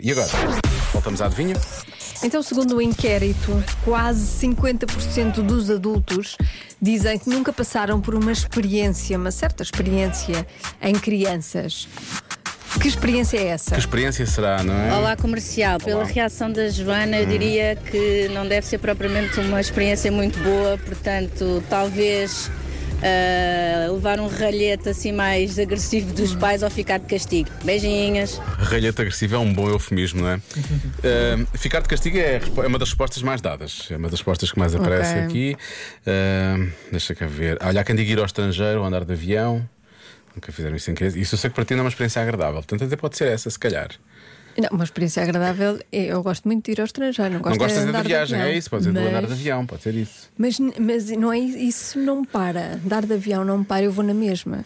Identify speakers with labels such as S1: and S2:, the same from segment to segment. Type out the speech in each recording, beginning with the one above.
S1: E agora? Voltamos à adivinha?
S2: Então, segundo o inquérito, quase 50% dos adultos dizem que nunca passaram por uma experiência, uma certa experiência em crianças. Que experiência é essa?
S1: Que experiência será, não é?
S3: Olá comercial, pela
S1: Olá.
S3: reação da Joana, eu diria que não deve ser propriamente uma experiência muito boa, portanto, talvez ah, levar um ralhete assim mais agressivo dos pais ou ficar de castigo. Beijinhas.
S1: Ralhete agressivo é um bom eufemismo, não é? Ah, ficar de castigo é, a respo- é uma das respostas mais dadas. É uma das respostas que mais aparece
S2: Ok.
S1: aqui. Ah, deixa cá ver. Ah, Olha, há quem diga ir ao estrangeiro ou andar de avião. Nunca fizeram isso em criança. Isso eu sei que para ti não é uma experiência agradável. Portanto, até pode ser essa, se calhar.
S2: Não, uma experiência agradável. é- Eu gosto muito de ir ao estrangeiro, não gosto
S1: não gostas
S2: de
S1: é da
S2: andar
S1: viagem,
S2: avião,
S1: é isso? Pode ser do
S2: mas-
S1: andar de avião, pode ser isso.
S2: Mas, mas não é, isso não para. Dar de avião não para, eu vou na mesma.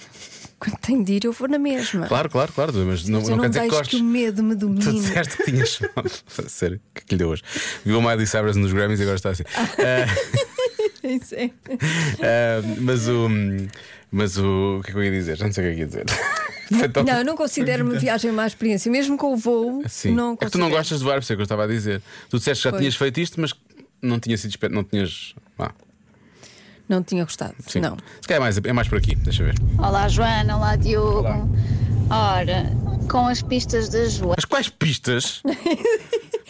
S2: Quando tenho de ir, eu vou na mesma.
S1: Claro, claro, claro. Mas não,
S2: Mas
S1: não
S2: eu
S1: quer
S2: não
S1: dizer que
S2: deixo que,
S1: gostes.
S2: o medo me
S1: Tu
S2: domine.
S1: disseste que tinhas sono. Sério, o que é que lhe deu hoje? Viu o Miley Cyrus nos Grammys e agora está assim.
S2: Isso é.
S1: Ah, mas o. Mas o. O que é que eu ia dizer? Já não sei o que é que ia dizer. Foi tão-
S2: Não, eu não considero uma viagem má experiência. Mesmo com o voo,
S1: então. Sim.
S2: não
S1: é que tu não
S2: considero.
S1: gostas de voar, por isso é que eu estava a dizer. Tu disseste que já
S2: Pois.
S1: tinhas feito isto, mas não tinha sido. espe- Não tinhas. Ah,
S2: Não tinha gostado.
S1: sim.
S2: Não.
S1: Se calhar é mais, é mais por aqui, deixa eu ver.
S4: Olá Joana, olá Diogo.
S1: Olá.
S4: Ora, com as pistas da Joana.
S1: Mas quais pistas?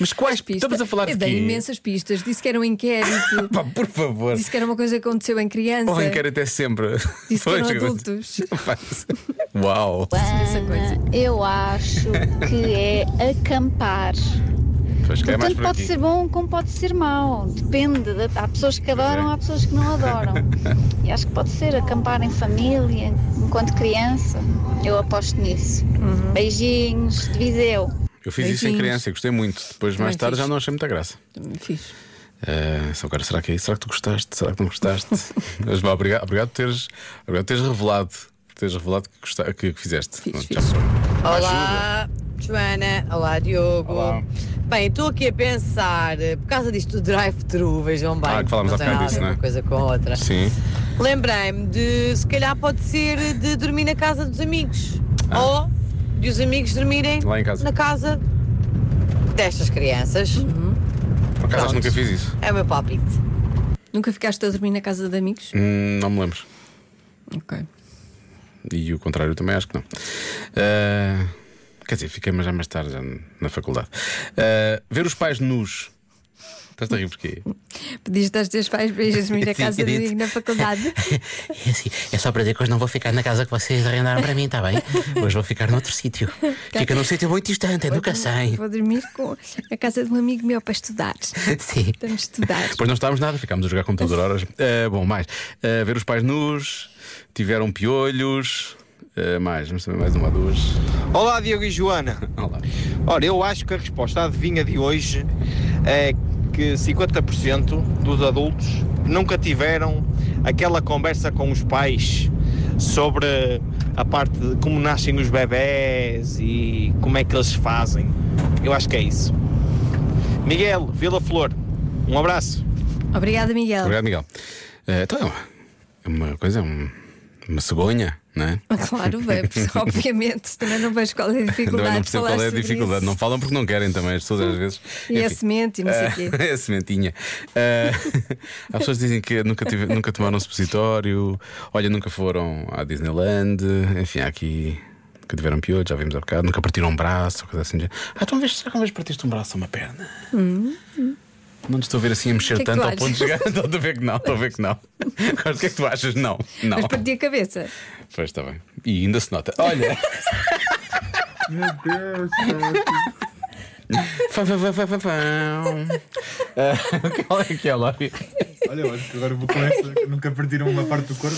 S1: Mas quais pistas?
S2: Pista.
S1: Estamos a falar de
S2: eu
S1: quê?
S2: dei imensas pistas. Disse que era um inquérito.
S1: Pá, por favor.
S2: Disse que era uma coisa que aconteceu em criança.
S1: Alguém quer até sempre.
S2: Disse que eram
S1: Pois,
S2: adultos.
S1: faz- Uau!
S2: essa coisa.
S4: eu acho que é acampar.
S1: Pois, se
S2: Então
S1: calhar é mais
S4: Portanto,
S1: por
S4: pode
S1: aqui.
S4: ser bom como pode ser mau. Depende. da- há pessoas que adoram,
S1: é.
S4: há pessoas que não adoram. E acho que pode ser acampar em família, enquanto criança. Eu aposto nisso.
S1: Uhum.
S4: Beijinhos de Viseu.
S1: Eu fiz isso em
S2: Beijinhos.
S1: criança e gostei muito. Depois, mais
S2: Também
S1: tarde,
S2: fiz.
S1: já não achei muita graça.
S2: Fiz.
S1: Ah, só agora, será que é isso? Será que tu gostaste? Será que não gostaste? Mas vá, obrigado, obrigado por teres, obrigado por teres revelado. por Teres revelado que, gosta- que, que fizeste.
S2: Fiz,
S1: Pronto, já
S2: fiz.
S1: foi.
S5: Olá, Joana. Olá, Diogo.
S1: Olá.
S5: Bem, estou aqui a pensar, por causa disto do drive-thru, vejam bem.
S1: Ah, que falámos
S5: não
S1: há
S5: tem
S1: bocado
S5: nada
S1: disso,
S5: a ver
S1: não é?
S5: Uma coisa com a outra.
S1: Sim.
S5: Lembrei-me de, se calhar, pode ser de dormir na casa dos amigos. Ou de os amigos dormirem
S1: Ah. Lá em casa.
S5: na casa destas crianças.
S1: Por acaso acho que
S5: Pronto.
S1: nunca fiz isso.
S5: É o meu palpite.
S2: Nunca ficaste a dormir na casa de amigos?
S1: Hum, não me lembro.
S2: Ok.
S1: E o contrário também acho que não. Ah, quer dizer, fiquei mas já mais tarde já na faculdade. Ah, ver os pais nus. Estás a rir porquê?
S2: Pediste aos teus pais para ires dormir na
S6: Sim,
S2: casa de
S6: querido.
S2: amigos na faculdade.
S6: É, assim, é só para dizer que hoje não vou ficar na casa que vocês arrendaram para mim, está bem? Hoje vou ficar noutro sítio. Fica num sítio muito distante, eu nunca sei.
S2: Vou dormir com a casa de um amigo meu para estudar.
S6: Sim.
S2: Estamos a estudar.
S1: Depois não estávamos nada, ficámos a jogar computador horas. Ah, bom, mais. Ah, ver os pais nus, tiveram piolhos. Ah, mais, vamos saber mais uma ou duas.
S7: Olá, Diogo e Joana.
S1: Olá.
S7: Ora, eu acho que a resposta à adivinha de hoje é que 50% dos adultos nunca tiveram aquela conversa com os pais sobre a parte de como nascem os bebés e como é que eles fazem. Eu acho que é isso. Miguel, Vila Flor, um abraço.
S2: Obrigada, Miguel.
S1: Obrigado, Miguel. Eh, então é uma, é uma coisa, um- uma cegonha, não é?
S2: Claro, vamos, obviamente. Também não vejo qual é a dificuldade.
S1: Também não
S2: de
S1: percebo
S2: falar
S1: qual é a
S2: sobre
S1: dificuldade.
S2: isso.
S1: Não falam porque não querem também, as pessoas às vezes.
S2: E a
S1: Enfim.
S2: semente e não sei o quê.
S1: Ah, é a sementinha. Ah, há pessoas que dizem que nunca, tive- nunca tomaram um supositório, olha, nunca foram à Disneyland, enfim, há aqui. Que tiveram piolho, já vimos há bocado, nunca partiram um braço, coisa assim. do género. Ah, tu uma vez, será que uma vez partiste um braço ou uma perna? Não te estou a ver assim a mexer
S2: Hum. O que é que
S1: tanto
S2: tu
S1: ao ponto de chegar. Estou a ver que não, estou a ver que não. Agora, o que é que tu achas? Não, não.
S2: Mas perdi a cabeça.
S1: Pois está bem. E ainda se nota. Olha! Meu Deus! Qual é que é, Lória?
S8: Olha, eu acho que agora vou com essa. Nunca perderam uma parte do corpo.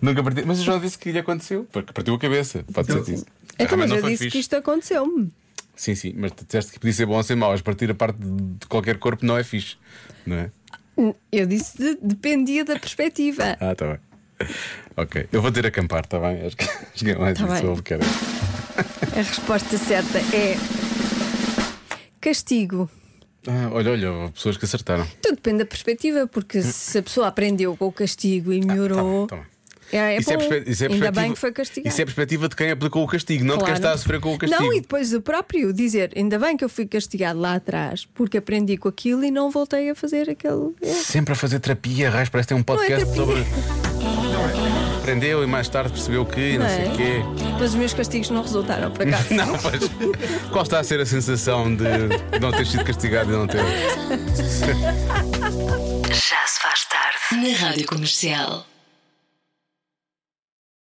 S1: Nunca partiu. Mas o João disse que lhe aconteceu. Porque partiu a cabeça. Pode ser disso.
S2: Então,
S1: Realmente
S2: mas
S1: não
S2: eu
S1: foi
S2: disse
S1: fixe.
S2: que isto aconteceu-me.
S1: Sim, sim, mas tu disseste que podia ser bom ou ser mau. Mas partir a parte de qualquer corpo não é fixe. Não é?
S2: Hum, Eu disse de- dependia da perspectiva.
S1: Ah, está bem. Ok. Eu vou ter acampar, está bem? Acho que, acho que é mais
S2: Tá
S1: isso.
S2: bem.
S1: Eu quero.
S2: A resposta certa é. Castigo.
S1: Ah, olha, olha, houve pessoas que acertaram. Hum.
S2: Tudo depende da perspectiva, porque se a pessoa aprendeu com o castigo e melhorou,
S1: Ah, Tá bem, tá bem.
S2: É, é
S1: isso, é
S2: bom.
S1: perspe- isso é
S2: Ainda
S1: perspectiva-
S2: bem que foi castigado.
S1: Isso é perspectiva de quem aplicou o castigo, não de quem
S2: Claro.
S1: está a sofrer com o castigo.
S2: Não, e depois o próprio dizer, ainda bem que eu fui castigado lá atrás, porque aprendi com aquilo e não voltei a fazer aquele. erro."
S1: Sempre a fazer terapia, Raiz parece que tem um podcast
S2: é terapia.
S1: sobre. Aprendeu e mais tarde percebeu que não,
S2: Não
S1: sei
S2: é?
S1: o quê.
S2: Mas os meus castigos não resultaram, por acaso.
S1: Não, mas qual está a ser a sensação de não ter sido castigado e não ter.
S9: Já se faz tarde. Na Rádio Comercial.